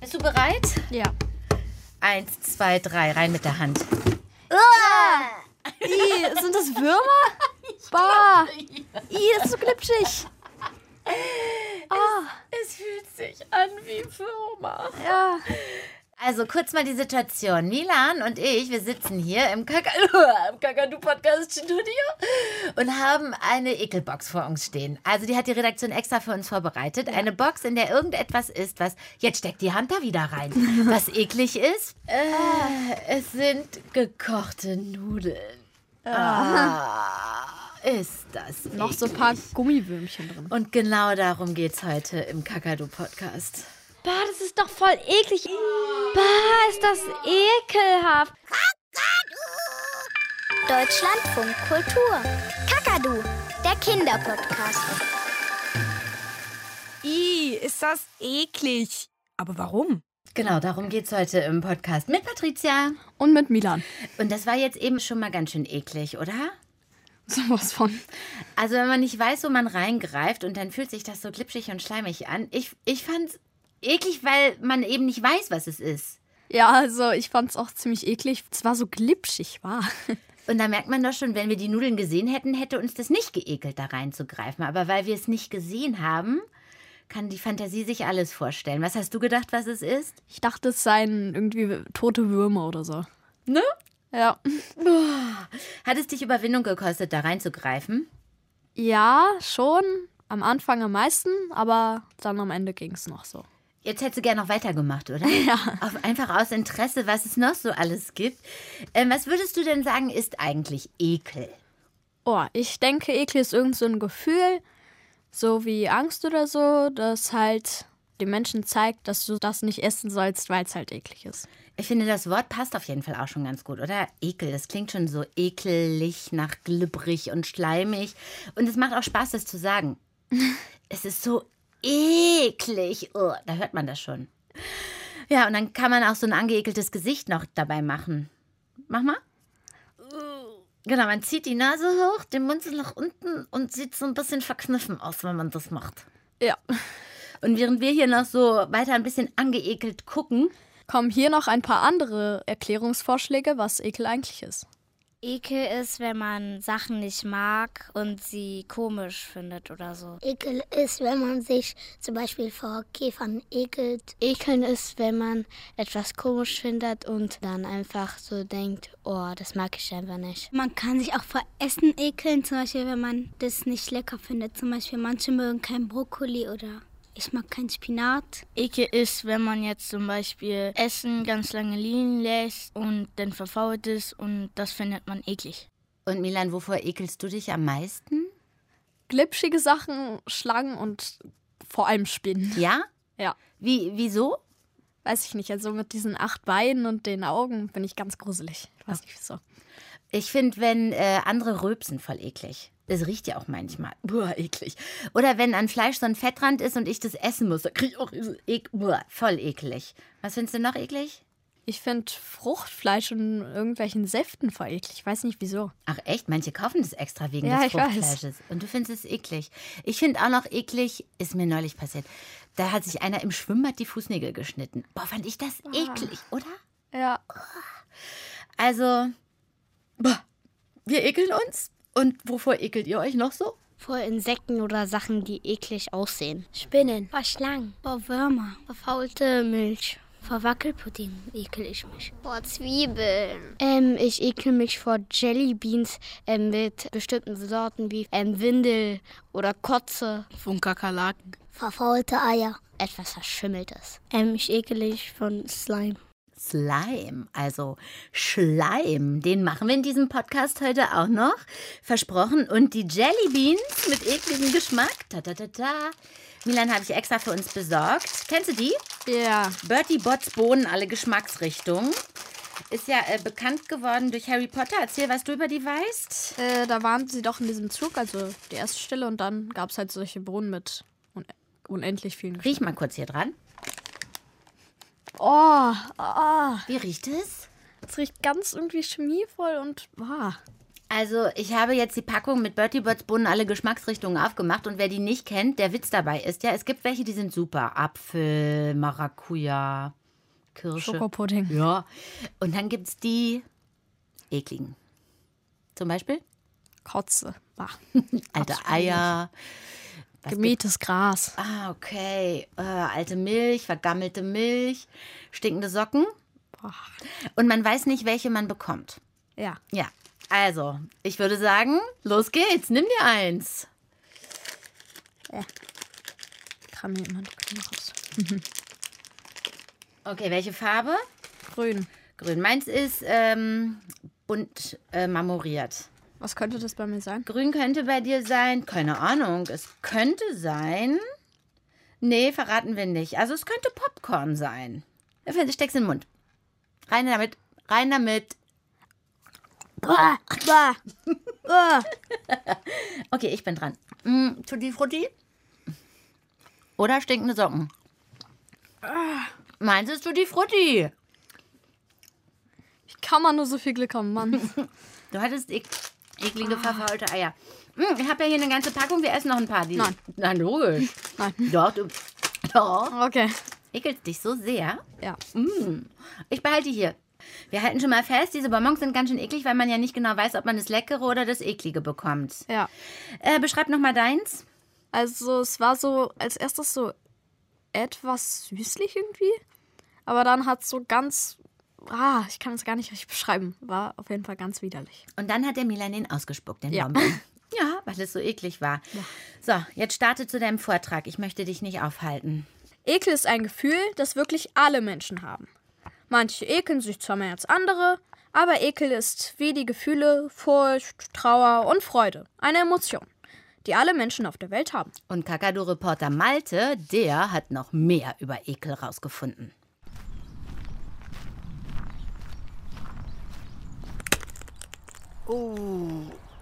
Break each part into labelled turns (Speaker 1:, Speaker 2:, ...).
Speaker 1: Bist du bereit?
Speaker 2: Ja.
Speaker 1: Eins, zwei, drei, rein mit der Hand.
Speaker 2: Ih, sind das Würmer? Bah. Ih, das ist so glitschig. Ah,
Speaker 1: Es fühlt sich an wie Firma.
Speaker 2: Ja.
Speaker 1: Also kurz mal die Situation. Milan und ich, wir sitzen hier im, Kaka im Kakadu-Podcast-Studio und haben eine Ekelbox vor uns stehen. Also die hat die Redaktion extra für uns vorbereitet. Eine Box, in der irgendetwas ist, was... Jetzt steckt die Hand da wieder rein. Was eklig ist? Äh, es sind gekochte Nudeln. Ah, ist das
Speaker 2: Noch so ein paar Gummiwürmchen drin.
Speaker 1: Und genau darum geht's heute im Kakadu-Podcast.
Speaker 3: Bah, das ist doch voll eklig. Bah, ist das ekelhaft.
Speaker 4: Deutschlandfunk Kultur. Kakadu, der Kinderpodcast.
Speaker 2: Ih, ist das eklig. Aber warum?
Speaker 1: Genau, darum geht's heute im Podcast mit Patricia.
Speaker 2: Und mit Milan.
Speaker 1: Und das war jetzt eben schon mal ganz schön eklig, oder?
Speaker 2: Sowas von.
Speaker 1: Also wenn man nicht weiß, wo man reingreift und dann fühlt sich das so glitschig und schleimig an. Ich, ich fand's eklig, weil man eben nicht weiß, was es ist.
Speaker 2: Ja, also ich fand's auch ziemlich eklig. Es war so glitschig, war.
Speaker 1: Und da merkt man doch schon, wenn wir die Nudeln gesehen hätten, hätte uns das nicht geekelt, da reinzugreifen. Aber weil wir es nicht gesehen haben, kann die Fantasie sich alles vorstellen. Was hast du gedacht, was es ist?
Speaker 2: Ich dachte, es seien irgendwie tote Würmer oder so.
Speaker 1: Ne?
Speaker 2: Ja.
Speaker 1: Hat es dich Überwindung gekostet, da reinzugreifen?
Speaker 2: Ja, schon. Am Anfang am meisten, aber dann am Ende ging's noch so.
Speaker 1: Jetzt hättest du gerne noch weitergemacht, oder? Ja. Auf, einfach aus Interesse, was es noch so alles gibt. Ähm, was würdest du denn sagen, ist eigentlich Ekel?
Speaker 2: Oh, ich denke, Ekel ist irgend so ein Gefühl, so wie Angst oder so, das halt den Menschen zeigt, dass du das nicht essen sollst, weil es halt eklig ist.
Speaker 1: Ich finde, das Wort passt auf jeden Fall auch schon ganz gut, oder? Ekel, das klingt schon so ekelig, nach glibberig und schleimig. Und es macht auch Spaß, das zu sagen. es ist so eklig. Oh, da hört man das schon. Ja, und dann kann man auch so ein angeekeltes Gesicht noch dabei machen. Mach mal. Genau, man zieht die Nase hoch, den Mund so nach unten und sieht so ein bisschen verkniffen aus, wenn man das macht.
Speaker 2: Ja.
Speaker 1: Und während wir hier noch so weiter ein bisschen angeekelt gucken,
Speaker 2: Kommen hier noch ein paar andere Erklärungsvorschläge, was Ekel eigentlich ist.
Speaker 5: Ekel ist, wenn man Sachen nicht mag und sie komisch findet oder so.
Speaker 4: Ekel ist, wenn man sich zum Beispiel vor Käfern ekelt.
Speaker 6: Ekeln ist, wenn man etwas komisch findet und dann einfach so denkt, oh, das mag ich einfach nicht.
Speaker 7: Man kann sich auch vor Essen ekeln, zum Beispiel, wenn man das nicht lecker findet. Zum Beispiel, manche mögen kein Brokkoli oder ich mag kein Spinat.
Speaker 8: Ekel ist, wenn man jetzt zum Beispiel Essen ganz lange liegen lässt und dann verfault es und das findet man eklig.
Speaker 1: Und Milan, wovor ekelst du dich am meisten?
Speaker 2: Glitschige Sachen, Schlangen und vor allem Spinnen.
Speaker 1: Ja?
Speaker 2: Ja.
Speaker 1: Wie, wieso?
Speaker 2: Weiß ich nicht, also mit diesen acht Beinen und den Augen bin ich ganz gruselig. Ich weiß nicht wieso.
Speaker 1: Ich finde, wenn äh, andere rülpsen, voll eklig. Das riecht ja auch manchmal. Boah, eklig. Oder wenn an Fleisch so ein Fettrand ist und ich das essen muss, dann kriege ich auch diese ek Boah, voll eklig. Was findest du noch eklig?
Speaker 2: Ich finde Fruchtfleisch in irgendwelchen Säften voll eklig. Ich weiß nicht wieso.
Speaker 1: Ach echt, manche kaufen das extra wegen
Speaker 2: Ja,
Speaker 1: des
Speaker 2: ich weiß.
Speaker 1: Fruchtfleisches. Und du findest es eklig. Ich finde auch noch eklig, ist mir neulich passiert. Da hat sich einer im Schwimmbad die Fußnägel geschnitten. Boah, fand ich das eklig, oder?
Speaker 2: Ja.
Speaker 1: Also, boah, wir ekeln uns. Und wovor ekelt ihr euch noch so?
Speaker 6: Vor Insekten oder Sachen, die eklig aussehen.
Speaker 4: Spinnen.
Speaker 7: Vor Schlangen, vor Würmer.
Speaker 6: Verfaulte Milch. Vor Wackelpudding ekel ich mich.
Speaker 4: Vor Zwiebeln.
Speaker 6: Ähm, ich ekel mich vor Jellybeans ähm, mit bestimmten Sorten wie ähm, Windel oder Kotze.
Speaker 8: Von Kakerlaken.
Speaker 4: Verfaulte Eier.
Speaker 6: Etwas Verschimmeltes.
Speaker 7: Ähm, ich ekel mich von Slime.
Speaker 1: Slime, also Schleim, den machen wir in diesem Podcast heute auch noch. Versprochen. Und die Jellybeans mit ekligem Geschmack. Ta, ta, ta, ta. Milan habe ich extra für uns besorgt. Kennst du die?
Speaker 2: Ja.
Speaker 1: Bertie Botts Bohnen, alle Geschmacksrichtungen. Ist ja äh, bekannt geworden durch Harry Potter. Erzähl, was du über die weißt.
Speaker 2: Äh, da waren sie doch in diesem Zug, also die erste Stelle, und dann gab es halt solche Bohnen mit un unendlich vielen Geschmack.
Speaker 1: Riech mal kurz hier dran.
Speaker 2: Oh, ah,
Speaker 1: Wie riecht es?
Speaker 2: das riecht ganz irgendwie chemievoll und ah.
Speaker 1: Also, ich habe jetzt die Packung mit Bertie Botts Bohnen alle Geschmacksrichtungen aufgemacht und wer die nicht kennt, der Witz dabei ist, ja, es gibt welche, die sind super. Apfel, Maracuja, Kirsche.
Speaker 2: Schokopudding.
Speaker 1: Ja. Und dann gibt es die ekligen. Zum Beispiel
Speaker 2: Kotze. Ah, Bah.
Speaker 1: alte
Speaker 2: Absolut.
Speaker 1: Eier. Was
Speaker 2: Gemähtes Gras.
Speaker 1: Ah, okay. Äh, alte Milch, vergammelte Milch, stinkende Socken. Und man weiß nicht, welche man bekommt.
Speaker 2: Ja.
Speaker 1: Ja. Also, ich würde sagen, los geht's. Nimm dir eins.
Speaker 2: Kann mir jemand kann raus.
Speaker 1: Okay, welche Farbe?
Speaker 2: Grün.
Speaker 1: Grün. Meins ist ähm, bunt äh, marmoriert.
Speaker 2: Was könnte das bei mir sein?
Speaker 1: Grün könnte bei dir sein. Keine Ahnung. Es könnte sein. Nee, verraten wir nicht. Also es könnte Popcorn sein. Steck's in den Mund. Rein damit. Rein damit. Okay, ich bin dran. Mm, Tutti Frutti? Oder stinkende Socken? Meins ist Tutti Frutti.
Speaker 2: Wie kann man nur so viel Glück haben, Mann?
Speaker 1: Du hattest ek eklige,
Speaker 2: Ah.
Speaker 1: verfaulte Eier. Mm, ich habe ja hier eine ganze Packung. Wir essen noch ein paar. Die
Speaker 2: Nein.
Speaker 1: Nein, logisch.
Speaker 2: Nein.
Speaker 1: Doch, du doch.
Speaker 2: Okay.
Speaker 1: ekelst dich so sehr. Hm.
Speaker 2: Ja.
Speaker 1: Ich behalte die hier. Wir halten schon mal fest, diese Bonbons sind ganz schön eklig, weil man ja nicht genau weiß, ob man das Leckere oder das Eklige bekommt.
Speaker 2: Ja.
Speaker 1: Äh, beschreib nochmal deins.
Speaker 2: Also es war so als erstes so etwas süßlich irgendwie. Aber dann hat es so ganz. Ah, ich kann es gar nicht richtig beschreiben. War auf jeden Fall ganz widerlich.
Speaker 1: Und dann hat der Milan den ausgespuckt, den
Speaker 2: Ja.
Speaker 1: Bonbon. Ja, weil es so eklig war. So, jetzt starte zu deinem Vortrag. Ich möchte dich nicht aufhalten.
Speaker 2: Ekel ist ein Gefühl, das wirklich alle Menschen haben. Manche ekeln sich zwar mehr als andere, aber Ekel ist wie die Gefühle Furcht, Trauer und Freude eine Emotion, die alle Menschen auf der Welt haben.
Speaker 1: Und Kakadu-Reporter Malte, der hat noch mehr über Ekel rausgefunden.
Speaker 9: Oh,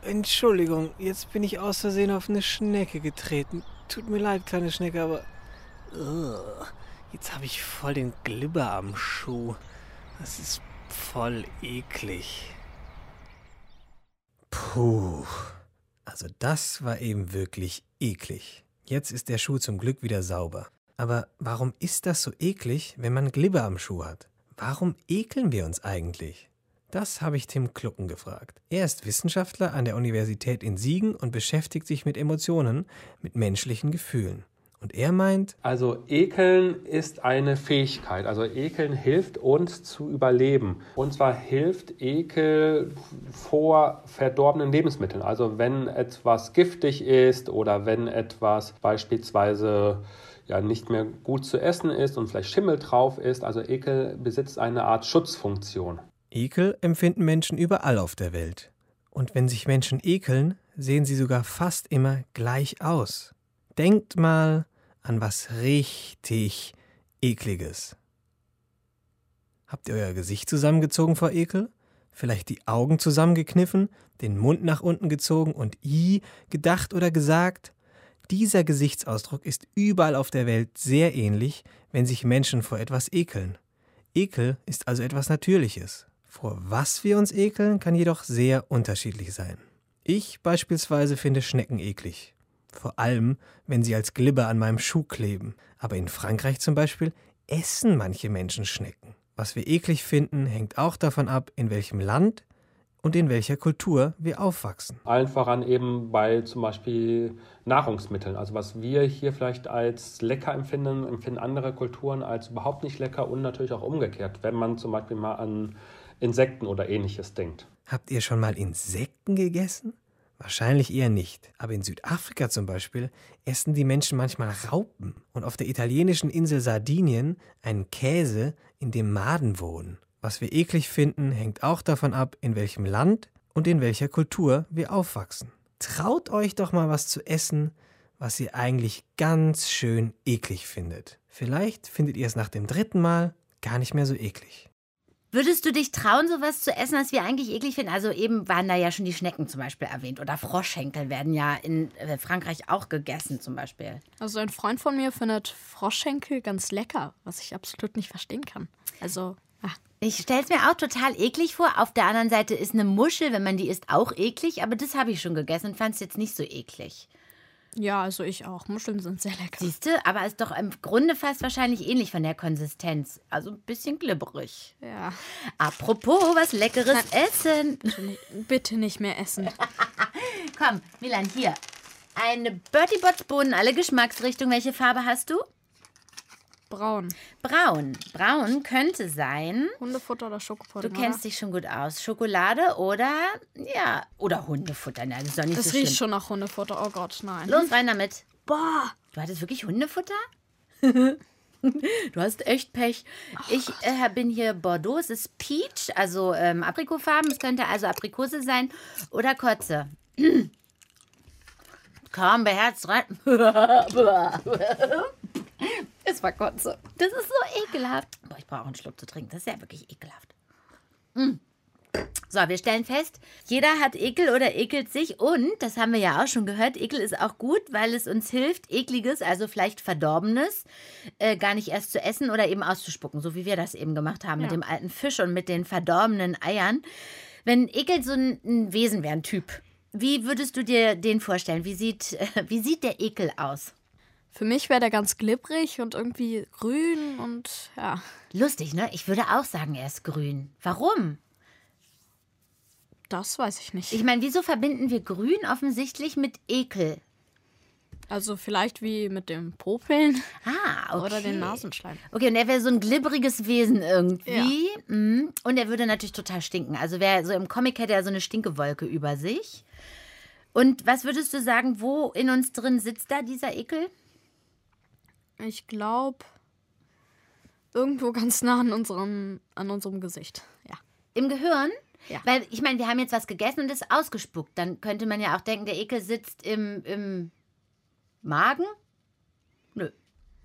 Speaker 9: Entschuldigung, jetzt bin ich aus Versehen auf eine Schnecke getreten. Tut mir leid, kleine Schnecke, aber. Ugh, jetzt habe ich voll den Glibber am Schuh. Das ist voll eklig.
Speaker 10: Puh. Also das war eben wirklich eklig. Jetzt ist der Schuh zum Glück wieder sauber. Aber warum ist das so eklig, wenn man Glibber am Schuh hat? Warum ekeln wir uns eigentlich? Das habe ich Tim Klucken gefragt. Er ist Wissenschaftler an der Universität in Siegen und beschäftigt sich mit Emotionen, mit menschlichen Gefühlen. Und er meint,
Speaker 11: Also Ekeln ist eine Fähigkeit. Also Ekeln hilft uns zu überleben. Und zwar hilft Ekel vor verdorbenen Lebensmitteln. Also wenn etwas giftig ist oder wenn etwas beispielsweise ja nicht mehr gut zu essen ist und vielleicht Schimmel drauf ist. Also Ekel besitzt eine Art Schutzfunktion.
Speaker 10: Ekel empfinden Menschen überall auf der Welt. Und wenn sich Menschen ekeln, sehen sie sogar fast immer gleich aus. Denkt mal an was richtig Ekliges. Habt ihr euer Gesicht zusammengezogen vor Ekel? Vielleicht die Augen zusammengekniffen, den Mund nach unten gezogen und i gedacht oder gesagt? Dieser Gesichtsausdruck ist überall auf der Welt sehr ähnlich, wenn sich Menschen vor etwas ekeln. Ekel ist also etwas Natürliches. Vor was wir uns ekeln, kann jedoch sehr unterschiedlich sein. Ich beispielsweise finde Schnecken eklig. Vor allem, wenn sie als Glibber an meinem Schuh kleben. Aber in Frankreich zum Beispiel essen manche Menschen Schnecken. Was wir eklig finden, hängt auch davon ab, in welchem Land und in welcher Kultur wir aufwachsen.
Speaker 11: Allen voran eben bei zum Beispiel Nahrungsmitteln. Also was wir hier vielleicht als lecker empfinden, empfinden andere Kulturen als überhaupt nicht lecker und natürlich auch umgekehrt, wenn man zum Beispiel mal an Insekten oder ähnliches denkt.
Speaker 10: Habt ihr schon mal Insekten gegessen? Wahrscheinlich eher nicht. Aber in Südafrika zum Beispiel essen die Menschen manchmal Raupen und auf der italienischen Insel Sardinien einen Käse, in dem Maden wohnen. Was wir eklig finden, hängt auch davon ab, in welchem Land und in welcher Kultur wir aufwachsen. Traut euch doch mal was zu essen, was ihr eigentlich ganz schön eklig findet. Vielleicht findet ihr es nach dem dritten Mal gar nicht mehr so eklig.
Speaker 1: Würdest du dich trauen, sowas zu essen, was wir eigentlich eklig finden? Also eben waren da ja schon die Schnecken zum Beispiel erwähnt oder Froschschenkel werden ja in äh, Frankreich auch gegessen zum Beispiel.
Speaker 2: Also ein Freund von mir findet Froschschenkel ganz lecker, was ich absolut nicht verstehen kann. Also, ah,
Speaker 1: Ich stelle es mir auch total eklig vor. Auf der anderen Seite ist eine Muschel, wenn man die isst, auch eklig, aber das habe ich schon gegessen und fand es jetzt nicht so eklig.
Speaker 2: Ja, also ich auch. Muscheln sind sehr lecker.
Speaker 1: Siehst du, aber ist doch im Grunde fast wahrscheinlich ähnlich von der Konsistenz. Also ein bisschen glibberig.
Speaker 2: Ja.
Speaker 1: Apropos, was leckeres Essen.
Speaker 2: Bitte nicht, bitte nicht mehr essen.
Speaker 1: Komm, Milan, hier. Eine Bertie Bots Bohnen, alle Geschmacksrichtungen. Welche Farbe hast du?
Speaker 2: Braun.
Speaker 1: Braun. Braun könnte sein.
Speaker 2: Hundefutter oder Schokopudding.
Speaker 1: Du kennst dich schon gut aus. Schokolade oder ja, oder Hundefutter. Na, das ist doch nicht
Speaker 2: Das
Speaker 1: so
Speaker 2: riecht
Speaker 1: schlimm.
Speaker 2: schon nach Hundefutter. Oh Gott, nein.
Speaker 1: Los rein damit.
Speaker 2: Boah.
Speaker 1: Du hattest wirklich Hundefutter? du hast echt Pech. Ich äh, bin hier Bordeaux, es ist Peach, also ähm, Aprikofarben. Es könnte also Aprikose sein oder Kotze. Komm, beherzt rein. es war Kotze. Das ist so ekelhaft. Boah, ich brauche einen Schluck zu trinken. Das ist ja wirklich ekelhaft. Mm. So, wir stellen fest, jeder hat Ekel oder ekelt sich und, das haben wir ja auch schon gehört, Ekel ist auch gut, weil es uns hilft, ekliges, also vielleicht verdorbenes, äh, gar nicht erst zu essen oder eben auszuspucken, so wie wir das eben gemacht haben mit
Speaker 2: Ja.
Speaker 1: dem alten Fisch und mit den verdorbenen Eiern. Wenn Ekel so ein, ein Wesen wäre, ein Typ, wie würdest du dir den vorstellen? Wie sieht, wie sieht der Ekel aus?
Speaker 2: Für mich wäre der ganz glibberig und irgendwie grün und ja.
Speaker 1: Lustig, ne? Ich würde auch sagen, er ist grün. Warum?
Speaker 2: Das weiß ich nicht.
Speaker 1: Ich meine, wieso verbinden wir grün offensichtlich mit Ekel?
Speaker 2: Also vielleicht wie mit dem Popeln
Speaker 1: Ah, okay.
Speaker 2: oder den Nasenschleim.
Speaker 1: Okay, und er wäre so ein glibberiges Wesen irgendwie. Mhm. Und er würde natürlich total stinken. Also wäre so im Comic hätte er so eine Stinkewolke über sich. Und was würdest du sagen, wo in uns drin sitzt da dieser Ekel?
Speaker 2: Ich glaube, irgendwo ganz nah an unserem, an unserem Gesicht. Ja.
Speaker 1: Im Gehirn?
Speaker 2: Ja.
Speaker 1: Weil ich meine, wir haben jetzt was gegessen und es ausgespuckt. Dann könnte man ja auch denken, der Ekel sitzt im, im Magen? Nö.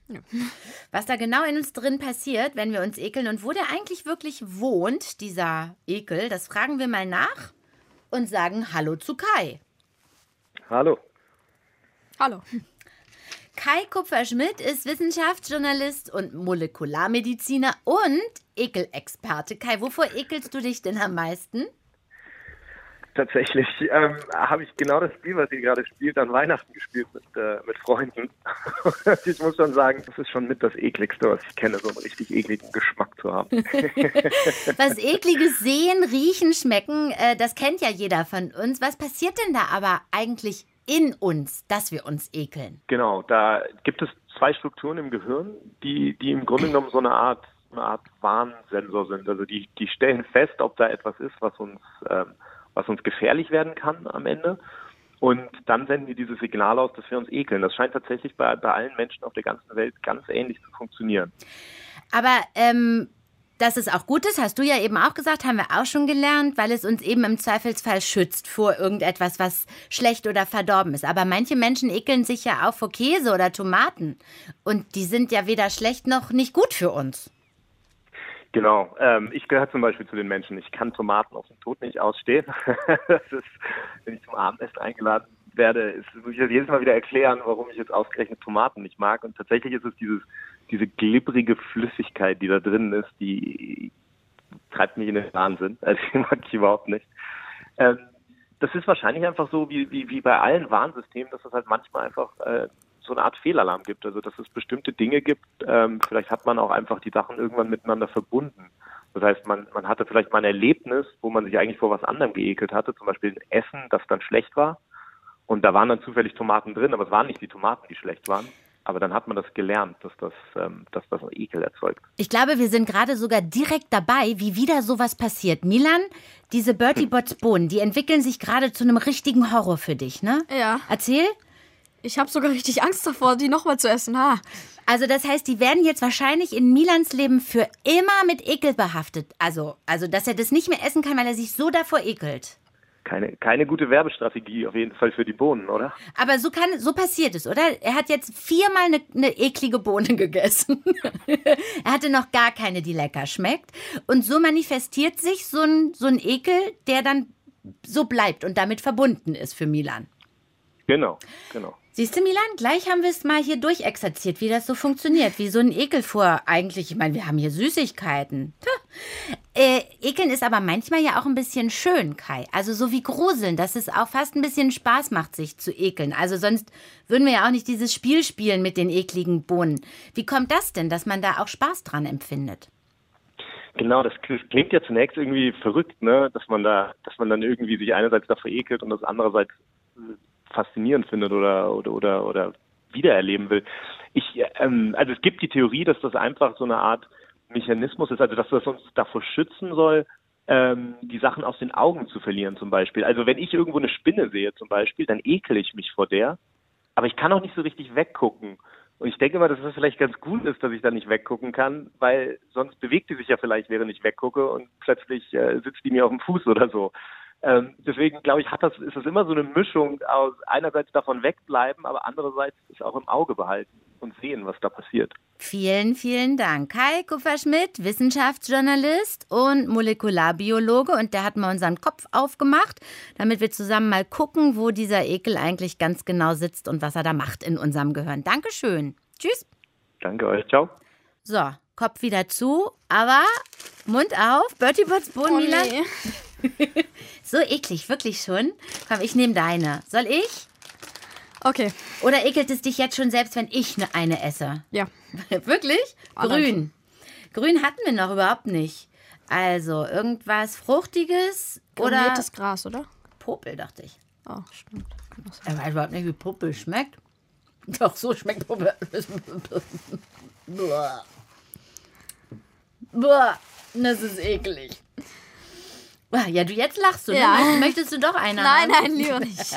Speaker 2: Nö.
Speaker 1: Was da genau in uns drin passiert, wenn wir uns ekeln und wo der eigentlich wirklich wohnt, dieser Ekel, das fragen wir mal nach und sagen Hallo zu Kai.
Speaker 12: Hallo.
Speaker 2: Hallo.
Speaker 1: Kai Kupferschmidt ist Wissenschaftsjournalist und Molekularmediziner und Ekelexperte. Kai, wovor ekelst du dich denn am meisten?
Speaker 12: Tatsächlich ähm, habe ich genau das Spiel, was ihr gerade spielt, an Weihnachten gespielt mit, äh, mit Freunden. ich muss schon sagen, das ist schon mit das ekligste, was ich kenne, so einen richtig ekligen Geschmack zu haben.
Speaker 1: Was ekliges sehen, riechen, schmecken, äh, das kennt ja jeder von uns. Was passiert denn da aber eigentlich in uns, dass wir uns ekeln?
Speaker 12: Genau, da gibt es zwei Strukturen im Gehirn, die, die im Grunde genommen so eine Art, eine Art Warnsensor sind. Also die, die stellen fest, ob da etwas ist, was uns, ähm, was uns gefährlich werden kann am Ende. Und dann senden die dieses Signal aus, dass wir uns ekeln. Das scheint tatsächlich bei, bei allen Menschen auf der ganzen Welt ganz ähnlich zu funktionieren.
Speaker 1: Aber ähm, dass es auch gut ist, hast du ja eben auch gesagt, haben wir auch schon gelernt, weil es uns eben im Zweifelsfall schützt vor irgendetwas, was schlecht oder verdorben ist. Aber manche Menschen ekeln sich ja auch vor Käse oder Tomaten. Und die sind ja weder schlecht noch nicht gut für uns.
Speaker 12: Genau. Ähm, ich gehöre zum Beispiel zu den Menschen. Ich kann Tomaten auf den Tod nicht ausstehen. das ist, wenn ich zum Abendessen eingeladen werde, ist, muss ich das jedes Mal wieder erklären, warum ich jetzt ausgerechnet Tomaten nicht mag. Und tatsächlich ist es dieses, diese glibbrige Flüssigkeit, die da drin ist, die treibt mich in den Wahnsinn. Also die mag ich überhaupt nicht. Ähm, das ist wahrscheinlich einfach so wie, wie, wie bei allen Warnsystemen, dass es halt manchmal einfach äh, so eine Art Fehlalarm gibt. Also dass es bestimmte Dinge gibt. Ähm, vielleicht hat man auch einfach die Sachen irgendwann miteinander verbunden. Das heißt, man, man hatte vielleicht mal ein Erlebnis, wo man sich eigentlich vor was anderem geekelt hatte, zum Beispiel ein Essen, das dann schlecht war. Und da waren dann zufällig Tomaten drin, aber es waren nicht die Tomaten, die schlecht waren. Aber dann hat man das gelernt, dass das, ähm, dass das einen Ekel erzeugt.
Speaker 1: Ich glaube, wir sind gerade sogar direkt dabei, wie wieder sowas passiert. Milan, diese Bertie Bots Bohnen, die entwickeln sich gerade zu einem richtigen Horror für dich, ne?
Speaker 2: Ja.
Speaker 1: Erzähl.
Speaker 2: Ich habe sogar richtig Angst davor, die nochmal zu essen. Ha.
Speaker 1: Also das heißt, die werden jetzt wahrscheinlich in Milans Leben für immer mit Ekel behaftet. Also, also dass er das nicht mehr essen kann, weil er sich so davor ekelt.
Speaker 12: Keine, keine gute Werbestrategie auf jeden Fall für die Bohnen, oder?
Speaker 1: Aber so kann, so passiert es, oder? Er hat jetzt viermal eine, eine eklige Bohne gegessen. er hatte noch gar keine, die lecker schmeckt. Und so manifestiert sich so ein, so ein Ekel, der dann so bleibt und damit verbunden ist für Milan.
Speaker 12: Genau, genau.
Speaker 1: Siehst du, Milan, gleich haben wir es mal hier durchexerziert, wie das so funktioniert, wie so ein Ekel vor. Eigentlich, ich meine, wir haben hier Süßigkeiten. Tja. Äh, Ekeln ist aber manchmal ja auch ein bisschen schön, Kai. Also so wie Gruseln, dass es auch fast ein bisschen Spaß macht, sich zu ekeln. Also sonst würden wir ja auch nicht dieses Spiel spielen mit den ekligen Bohnen. Wie kommt das denn, dass man da auch Spaß dran empfindet?
Speaker 12: Genau, das klingt ja zunächst irgendwie verrückt, ne? dass man da, dass man dann irgendwie sich einerseits dafür ekelt und das andererseits äh, faszinierend findet oder oder oder, oder wiedererleben will. Ich, ähm, also es gibt die Theorie, dass das einfach so eine Art Mechanismus ist, also dass das uns davor schützen soll, ähm, die Sachen aus den Augen zu verlieren zum Beispiel. Also wenn ich irgendwo eine Spinne sehe zum Beispiel, dann ekel ich mich vor der, aber ich kann auch nicht so richtig weggucken. Und ich denke mal, dass das vielleicht ganz gut ist, dass ich da nicht weggucken kann, weil sonst bewegt die sich ja vielleicht, während ich weggucke und plötzlich äh, sitzt die mir auf dem Fuß oder so. Ähm, deswegen glaube ich, hat das, ist das immer so eine Mischung aus einerseits davon wegbleiben, aber andererseits ist auch im Auge behalten und sehen, was da passiert.
Speaker 1: Vielen, vielen Dank. Kai Kupferschmidt, Wissenschaftsjournalist und Molekularbiologe. Und der hat mal unseren Kopf aufgemacht, damit wir zusammen mal gucken, wo dieser Ekel eigentlich ganz genau sitzt und was er da macht in unserem Gehirn. Dankeschön. Tschüss.
Speaker 12: Danke euch. Ciao.
Speaker 1: So, Kopf wieder zu, aber Mund auf. Bertie Bots Bohnen,
Speaker 2: Oh,
Speaker 1: Milan. so eklig, wirklich schon. Komm, ich nehme deine. Soll ich?
Speaker 2: Okay.
Speaker 1: Oder ekelt es dich jetzt schon selbst, wenn ich ne- eine esse?
Speaker 2: Ja.
Speaker 1: Wirklich?
Speaker 2: Orange.
Speaker 1: Grün. Grün hatten wir noch überhaupt nicht. Also, irgendwas Fruchtiges oder
Speaker 2: Graniertes Gras, oder?
Speaker 1: Popel, dachte ich.
Speaker 2: Oh, stimmt.
Speaker 1: Er weiß überhaupt nicht, wie Popel schmeckt. Doch, so schmeckt Popel. Boah. Boah, das ist eklig. Ah, Ja, du jetzt lachst du.
Speaker 2: Ja.
Speaker 1: Ne? Möchtest du doch eine haben?
Speaker 2: Nein, nein, lieber nicht.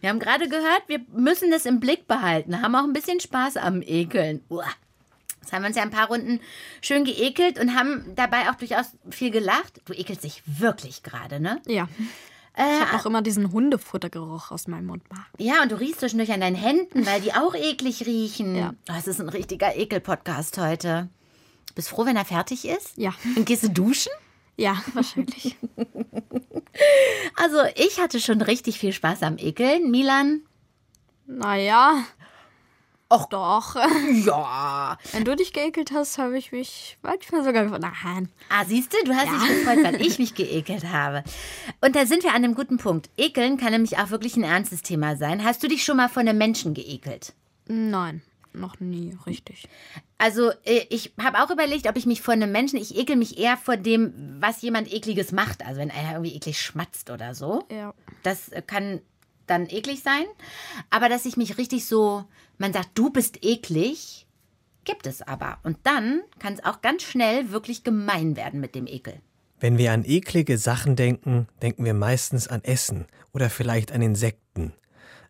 Speaker 1: wir haben gerade gehört, wir müssen das im Blick behalten. Haben auch ein bisschen Spaß am Ekeln. Uah. Jetzt haben wir uns ja ein paar Runden schön geekelt und haben dabei auch durchaus viel gelacht. Du ekelst dich wirklich gerade, ne?
Speaker 2: Ja. ich habe auch immer diesen Hundefuttergeruch aus meinem Mund.
Speaker 1: Ja, und du riechst zwischendurch an deinen Händen, weil die auch eklig riechen. Ja. Oh, es ist ein richtiger Ekel-Podcast heute. Bist froh, wenn er fertig ist?
Speaker 2: Ja.
Speaker 1: Und gehst du duschen?
Speaker 2: Ja, wahrscheinlich.
Speaker 1: Also, ich hatte schon richtig viel Spaß am Ekeln. Milan?
Speaker 2: Naja.
Speaker 1: Och.
Speaker 2: Doch.
Speaker 1: Ja.
Speaker 2: Wenn du dich geekelt hast, habe ich mich manchmal sogar gefragt. Nein.
Speaker 1: Ah, siehst du, du hast dich gefreut, weil ich mich geekelt habe. Und da sind wir an einem guten Punkt. Ekeln kann nämlich auch wirklich ein ernstes Thema sein. Hast du dich schon mal von einem Menschen geekelt?
Speaker 2: Nein, noch nie richtig.
Speaker 1: Also äh, ich habe auch überlegt, ob ich mich vor einem Menschen, ich ekel mich eher vor dem, was jemand ekliges macht. Also wenn einer irgendwie eklig schmatzt oder so.
Speaker 2: Ja.
Speaker 1: Das äh, kann dann eklig sein. Aber dass ich mich richtig so, man sagt, du bist eklig, gibt es aber. Und dann kann es auch ganz schnell wirklich gemein werden mit dem Ekel.
Speaker 10: Wenn wir an eklige Sachen denken, denken wir meistens an Essen oder vielleicht an Insekten.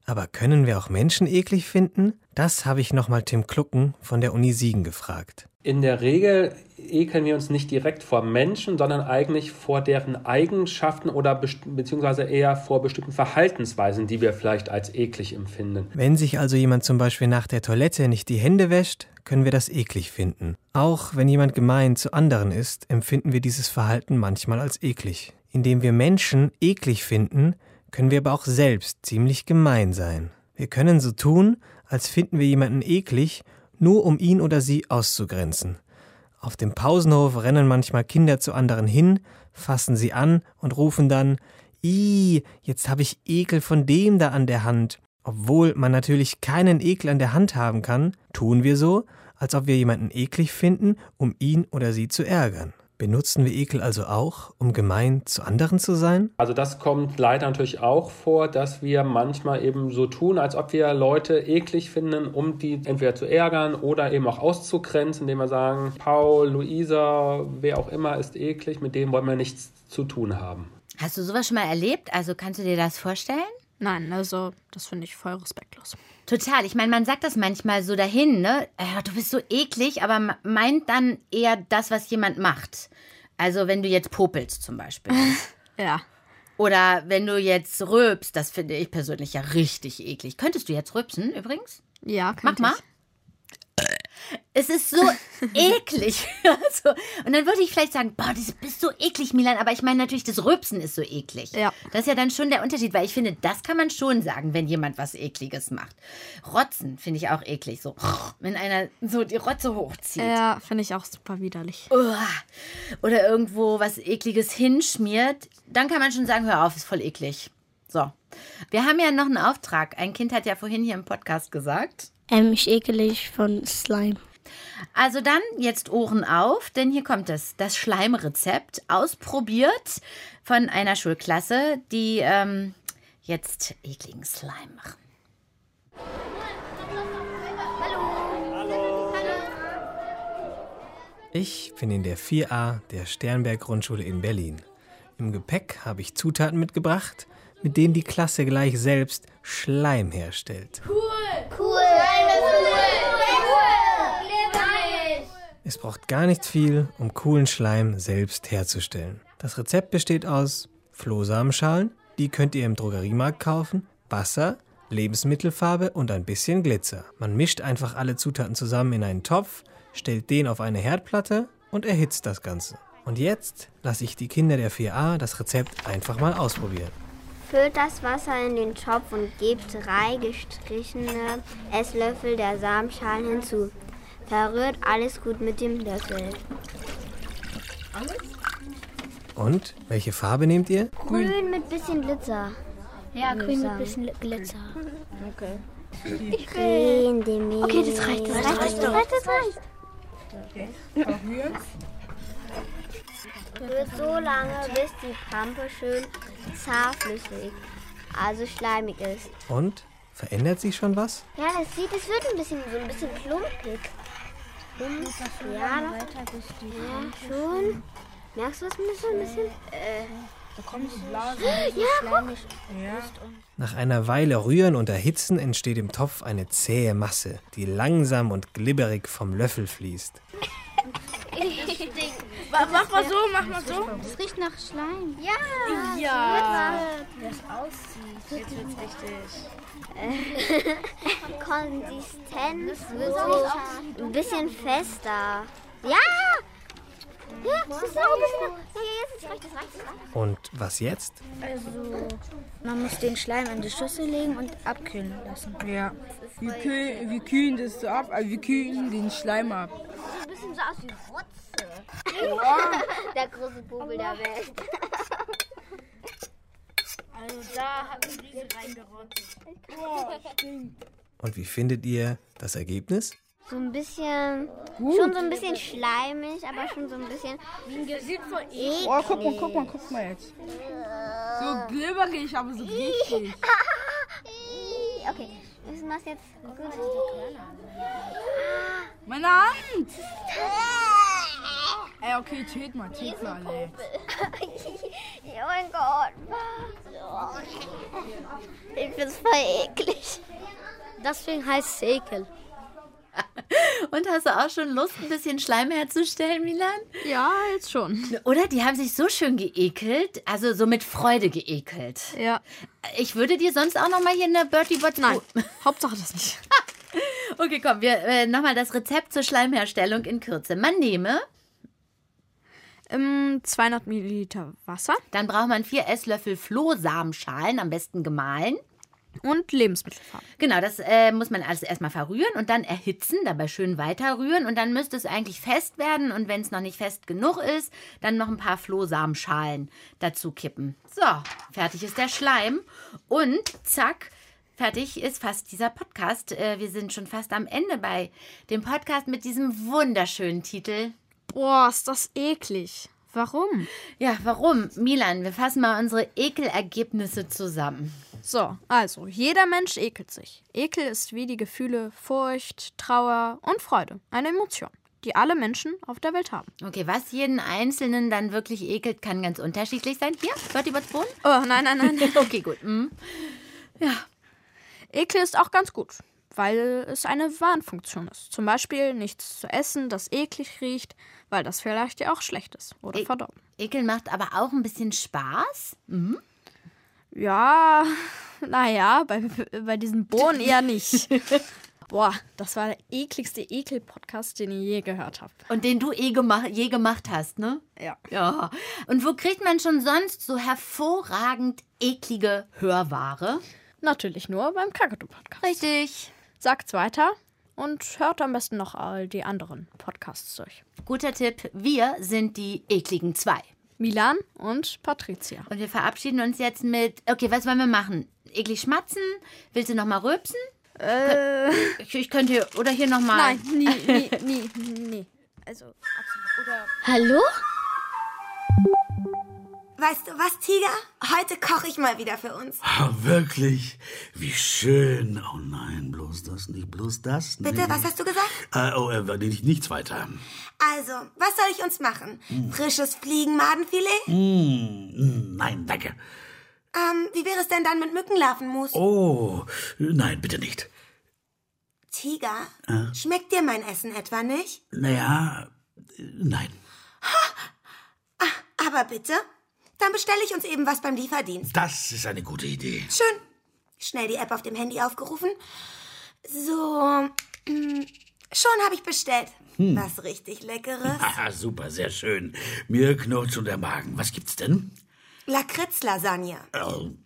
Speaker 10: Aber können wir auch Menschen eklig finden? Das habe ich nochmal Tim Klucken von der Uni Siegen gefragt.
Speaker 11: In der Regel ekeln wir uns nicht direkt vor Menschen, sondern eigentlich vor deren Eigenschaften oder best- beziehungsweise eher vor bestimmten Verhaltensweisen, die wir vielleicht als eklig empfinden.
Speaker 10: Wenn sich also jemand zum Beispiel nach der Toilette nicht die Hände wäscht, können wir das eklig finden. Auch wenn jemand gemein zu anderen ist, empfinden wir dieses Verhalten manchmal als eklig. Indem wir Menschen eklig finden, können wir aber auch selbst ziemlich gemein sein. Wir können so tun, als finden wir jemanden eklig, nur um ihn oder sie auszugrenzen. Auf dem Pausenhof rennen manchmal Kinder zu anderen hin, fassen sie an und rufen dann Ih, jetzt habe ich Ekel von dem da an der Hand. Obwohl man natürlich keinen Ekel an der Hand haben kann, tun wir so, als ob wir jemanden eklig finden, um ihn oder sie zu ärgern. Benutzen wir Ekel also auch, um gemein zu anderen zu sein?
Speaker 11: Also das kommt leider natürlich auch vor, dass wir manchmal eben so tun, als ob wir Leute eklig finden, um die entweder zu ärgern oder eben auch auszugrenzen, indem wir sagen, Paul, Luisa, wer auch immer ist eklig, mit dem wollen wir nichts zu tun haben.
Speaker 1: Hast du sowas schon mal erlebt? Also kannst du dir das vorstellen?
Speaker 2: Nein, also das finde ich voll respektlos.
Speaker 1: Total. Ich meine, man sagt das manchmal so dahin, ne? Äh, Du bist so eklig, aber ma- meint dann eher das, was jemand macht. Also wenn du jetzt popelst zum Beispiel.
Speaker 2: ja.
Speaker 1: Oder wenn du jetzt rülpst, das finde ich persönlich ja richtig eklig. Könntest du jetzt rülpsen übrigens?
Speaker 2: Ja,
Speaker 1: Mach mal. Es ist so eklig. also, und dann würde ich vielleicht sagen, boah, du bist so eklig, Milan. Aber ich meine natürlich, das Rübsen ist so eklig.
Speaker 2: Ja.
Speaker 1: Das ist ja dann schon der Unterschied, weil ich finde, das kann man schon sagen, wenn jemand was Ekliges macht. Rotzen finde ich auch eklig. So, wenn einer so die Rotze hochzieht.
Speaker 2: Ja, finde ich auch super widerlich.
Speaker 1: Uah. Oder irgendwo was Ekliges hinschmiert. Dann kann man schon sagen, hör auf, ist voll eklig. So. Wir haben ja noch einen Auftrag. Ein Kind hat ja vorhin hier im Podcast gesagt.
Speaker 4: Ähm, ich ekele mich von Slime.
Speaker 1: Also dann jetzt Ohren auf, denn hier kommt es. Das Schleimrezept, ausprobiert von einer Schulklasse, die ähm, jetzt ekligen Slime machen.
Speaker 10: Ich bin in der 4a der Sternberg Grundschule in Berlin. Im Gepäck habe ich Zutaten mitgebracht, mit denen die Klasse gleich selbst Schleim herstellt.
Speaker 3: Cool. Cool.
Speaker 10: Es braucht gar nicht viel, um coolen Schleim selbst herzustellen. Das Rezept besteht aus Flohsamenschalen, die könnt ihr im Drogeriemarkt kaufen, Wasser, Lebensmittelfarbe und ein bisschen Glitzer. Man mischt einfach alle Zutaten zusammen in einen Topf, stellt den auf eine Herdplatte und erhitzt das Ganze. Und jetzt lasse ich die Kinder der 4a das Rezept einfach mal ausprobieren.
Speaker 13: Füllt das Wasser in den Topf und gebt drei gestrichene Esslöffel der Samenschalen hinzu. Verrührt alles gut mit dem Löffel.
Speaker 10: Und welche Farbe nehmt ihr?
Speaker 13: Grün mit bisschen Glitzer.
Speaker 7: Ja,
Speaker 13: Würde
Speaker 7: grün
Speaker 13: ich
Speaker 7: mit
Speaker 13: sagen.
Speaker 7: bisschen Glitzer.
Speaker 13: Okay.
Speaker 7: Ich
Speaker 13: Creme de Mehl.
Speaker 7: Okay, das reicht, das reicht, das reicht, das reicht.
Speaker 13: Rührt so lange, bis die Pampe schön zähflüssig, also schleimig ist.
Speaker 10: Und verändert sich schon was?
Speaker 13: Ja, es sieht, es wird ein bisschen so ein bisschen klumpig. Und, ja, noch- ja, schon. Merkst du es mir so ein bisschen? Da kommt die Blase. Ja, guck.
Speaker 10: Nach einer Weile Rühren und Erhitzen entsteht im Topf eine zähe Masse, die langsam und glibberig vom Löffel fließt.
Speaker 8: Wa- mach mal so, mach mal so.
Speaker 7: Das riecht nach Schleim.
Speaker 13: Ja.
Speaker 7: Wie das aussieht. Jetzt wird's richtig.
Speaker 13: Äh, Konsistenz wird so ein bisschen fester. Ja! Ja, das ist auch ein bisschen. Ja, ja, jetzt ist recht, das reicht.
Speaker 10: Und was jetzt?
Speaker 7: Also, man muss den Schleim in die Schüssel legen und abkühlen lassen.
Speaker 14: Ja. Wir kühlen, wir kühlen das so ab, also wir kühlen den Schleim ab.
Speaker 13: Das sieht ein bisschen so aus wie Rotze.
Speaker 14: Ja.
Speaker 13: Der große Bubel der Welt.
Speaker 8: Also da hat ein Riese reingerotzt.
Speaker 13: Boah, stinkt.
Speaker 10: Und wie findet ihr das Ergebnis?
Speaker 13: So ein bisschen, schon so ein bisschen schleimig, aber schon so ein bisschen. Wie ein Gesicht von
Speaker 14: Oh, guck mal, guck mal, guck mal jetzt. So glibberig, aber so richtig.
Speaker 13: Okay, müssen wir es jetzt.
Speaker 14: Meine Hand! Ey, okay, tät mal, tät mal, ey.
Speaker 13: oh mein Gott. Ich find's voll eklig.
Speaker 1: Deswegen heißt es Ekel. Und hast du auch schon Lust, ein bisschen Schleim herzustellen, Milan?
Speaker 2: Ja, jetzt schon.
Speaker 1: Oder? Die haben sich so schön geekelt, also so mit Freude geekelt.
Speaker 2: Ja.
Speaker 1: Ich würde dir sonst auch noch mal hier eine Bertie Bot. Nein,
Speaker 2: Hauptsache das nicht.
Speaker 1: okay, komm, wir äh, noch mal das Rezept zur Schleimherstellung in Kürze. Man nehme
Speaker 2: ähm, 200 Milliliter Wasser.
Speaker 1: Dann braucht man vier Esslöffel Flohsamenschalen, am besten gemahlen.
Speaker 2: Und Lebensmittelfarbe.
Speaker 1: Genau, das äh, muss man alles erstmal verrühren und dann erhitzen, dabei schön weiterrühren und dann müsste es eigentlich fest werden und wenn es noch nicht fest genug ist, dann noch ein paar Flohsamenschalen dazu kippen. So, fertig ist der Schleim und zack, fertig ist fast dieser Podcast. Äh, wir sind schon fast am Ende bei dem Podcast mit diesem wunderschönen Titel.
Speaker 2: Boah, ist das eklig. Warum?
Speaker 1: Ja, warum? Milan, wir fassen mal unsere Ekelergebnisse zusammen.
Speaker 2: So, also, jeder Mensch ekelt sich. Ekel ist wie die Gefühle Furcht, Trauer und Freude. Eine Emotion, die alle Menschen auf der Welt haben.
Speaker 1: Okay, was jeden Einzelnen dann wirklich ekelt, kann ganz unterschiedlich sein. Hier, Bertie Bots Bohnen?
Speaker 2: Oh, nein, nein, nein.
Speaker 1: okay, gut. mhm.
Speaker 2: Ekel ist auch ganz gut, weil es eine Warnfunktion ist. Zum Beispiel nichts zu essen, das eklig riecht, weil das vielleicht ja auch schlecht ist oder verdorben.
Speaker 1: Ekel macht aber auch ein bisschen Spaß. Mhm.
Speaker 2: Ja, naja, bei, bei diesen Bohnen eher nicht. Boah, das war der ekligste Ekel-Podcast, den ich je gehört habe.
Speaker 1: Und den du eh gemacht, je gemacht hast, ne?
Speaker 2: Ja.
Speaker 1: Ja. Und wo kriegt man schon sonst so hervorragend eklige Hörware?
Speaker 2: Natürlich nur beim Kakadu-Podcast.
Speaker 1: Richtig.
Speaker 2: Sagt's weiter und hört am besten noch all die anderen Podcasts durch.
Speaker 1: Guter Tipp, wir sind die ekligen zwei.
Speaker 2: Milan und Patricia.
Speaker 1: Und wir verabschieden uns jetzt mit, okay, was wollen wir machen? Eklig schmatzen? Willst du nochmal rülpsen?
Speaker 2: Äh.
Speaker 1: Ich, ich könnte hier, oder hier nochmal.
Speaker 2: Nein, nie, nie, nie, nie. Also, absolut. Oder
Speaker 15: Hallo?
Speaker 13: Weißt du was, Tiger? Heute koche ich mal wieder für uns.
Speaker 12: Ah, wirklich? Wie schön. Oh nein, bloß das nicht, bloß das nicht.
Speaker 13: Bitte, was hast du gesagt?
Speaker 12: Äh, oh, äh, nicht- nichts weiter.
Speaker 13: Also, was soll ich uns machen? Frisches Fliegenmadenfilet?
Speaker 12: Mm, Hm, nein, danke.
Speaker 13: Ähm, wie wäre es denn dann mit Mückenlarvenmus?
Speaker 12: Oh, nein, bitte nicht.
Speaker 13: Tiger,
Speaker 12: Äh.
Speaker 13: schmeckt dir mein Essen etwa nicht?
Speaker 12: Naja, äh, nein.
Speaker 13: Ah, Aber bitte, dann bestelle ich uns eben was beim Lieferdienst.
Speaker 12: Das ist eine gute Idee.
Speaker 13: Schön. Schnell die App auf dem Handy aufgerufen. So, ähm, schon habe ich bestellt.
Speaker 12: Hm.
Speaker 13: Was richtig Leckeres.
Speaker 12: Haha, super, sehr schön. Mir knurrt schon der Magen. Was gibt's denn?
Speaker 13: Lakritz-Lasagne.
Speaker 12: Oh,